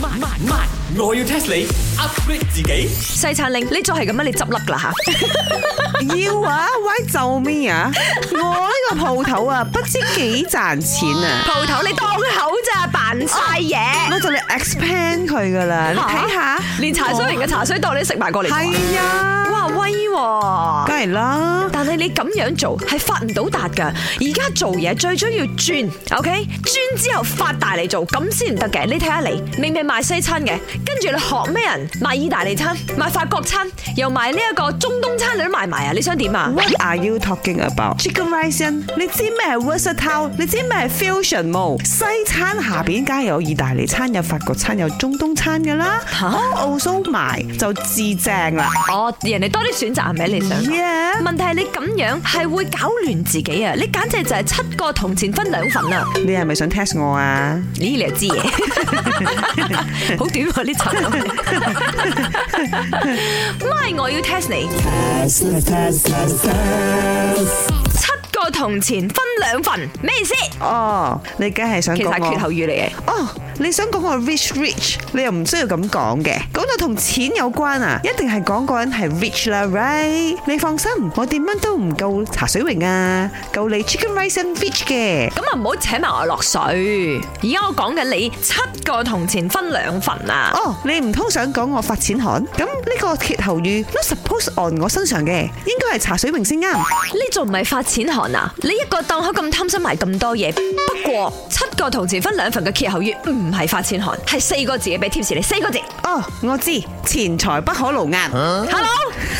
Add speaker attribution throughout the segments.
Speaker 1: 慢慢慢，我要 test 你 upgrade 自己。
Speaker 2: 西餐令，你再係咁樣，你執笠啦 吓！
Speaker 3: 要啊，喂，就咩啊？我呢個鋪頭啊，不知幾賺錢啊！
Speaker 2: 鋪頭你當口咋，扮晒嘢。
Speaker 3: 我就嚟 expand 佢噶啦，你睇下，哦
Speaker 2: 連茶水型嘅茶水檔你食埋過嚟。
Speaker 3: 係啊，
Speaker 2: 哇威喎！
Speaker 3: 梗係啦。
Speaker 2: 但係你咁樣做係發唔到達㗎。而家做嘢最緊要轉，OK？轉之後發大嚟做，咁先唔得嘅。你睇下你，明明賣西餐嘅，跟住你學咩人賣意大利餐、賣法國餐，又賣呢一個中東餐，你都賣埋啊！你想點啊？
Speaker 3: What are you talking about? Chicken rice in，你知咩係 versatile？你知咩係 fusion 冇？西餐下邊梗係有意大利餐、有法國餐、有中東餐噶啦。
Speaker 2: 嚇
Speaker 3: 澳蘇埋就至正啦。
Speaker 2: 哦，人哋多啲選擇係咪你想？
Speaker 3: Yeah，
Speaker 2: 問題係你咁樣係會搞亂自己啊！你簡直就係七個銅錢分兩份啊！
Speaker 3: 你係咪想 test 我啊？
Speaker 2: 呢你又知嘢，好短喎呢集。唔係，我要 test 你。七個銅錢分兩份，咩意思？
Speaker 3: 哦，你梗係想
Speaker 2: 其實
Speaker 3: 講
Speaker 2: 係歇後
Speaker 3: 我。
Speaker 2: 語嚟嘅。
Speaker 3: 哦，你想講我 rich rich，你又唔需要咁講嘅。講到同錢有關啊，一定係講個人係 rich 啦，right？你放心，我點樣都唔夠茶水榮啊，夠你 chicken rice and rich 嘅。
Speaker 2: 咁啊，唔好扯埋我落水。而家我講緊你七個銅錢分兩份啊！
Speaker 3: 哦，你唔通想講我發錢寒？咁呢個歇後語 not suppose on 我身上嘅，應該係茶水明先啱。
Speaker 2: 呢仲唔係發錢寒啊！你一個檔口咁貪心賣咁多嘢，不過七個銅錢分兩份嘅歇後語唔係發錢寒，係四個字嘅俾貼士你，四個字。
Speaker 3: 哦，我知錢財不可露硬。
Speaker 2: Hello，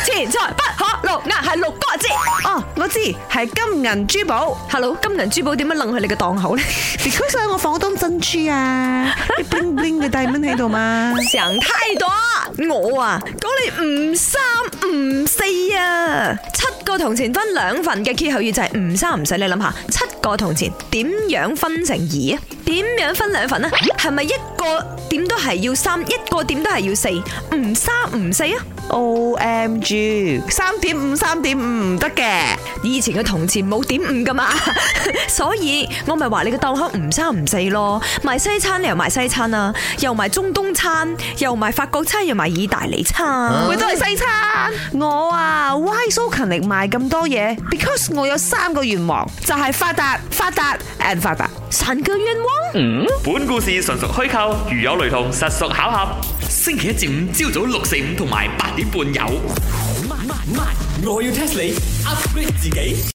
Speaker 2: 錢財不可露硬係六個字。
Speaker 3: 哦，我知係金銀珠寶
Speaker 2: Hello，金銀珠寶點樣楞去你嘅檔口呢？
Speaker 3: ，because 啊我放咗當珍珠啊，啲 bling bling 嘅 diamond 喺度嘛。
Speaker 2: 想太多啊，我啊講你唔三唔四啊，七個銅錢分兩份嘅歇後語就係唔三唔四，你諗下，七個銅錢點樣分成二啊？點樣分兩份啊？係咪一個點都係要三，一個點都係要四，唔三唔四啊？
Speaker 3: O M G，三點五三點五唔得嘅。
Speaker 2: 以前嘅銅錢冇點五噶嘛， 所以我咪話你個檔口唔三唔四咯，賣西餐你又賣西餐啦，又賣中東餐，又賣法國餐，又賣意大利餐，
Speaker 3: 佢都係西餐。我啊，why so 勤力賣咁多嘢？Because 我有三個願望，就係、發達、發達 and 發達。
Speaker 2: 神嘅冤枉。
Speaker 4: 本故事純屬虛構，如有雷同，實屬巧合。星期一至五朝早六四五同埋八點半有。
Speaker 1: 慢慢慢，我要 test 你 upgrade 自己。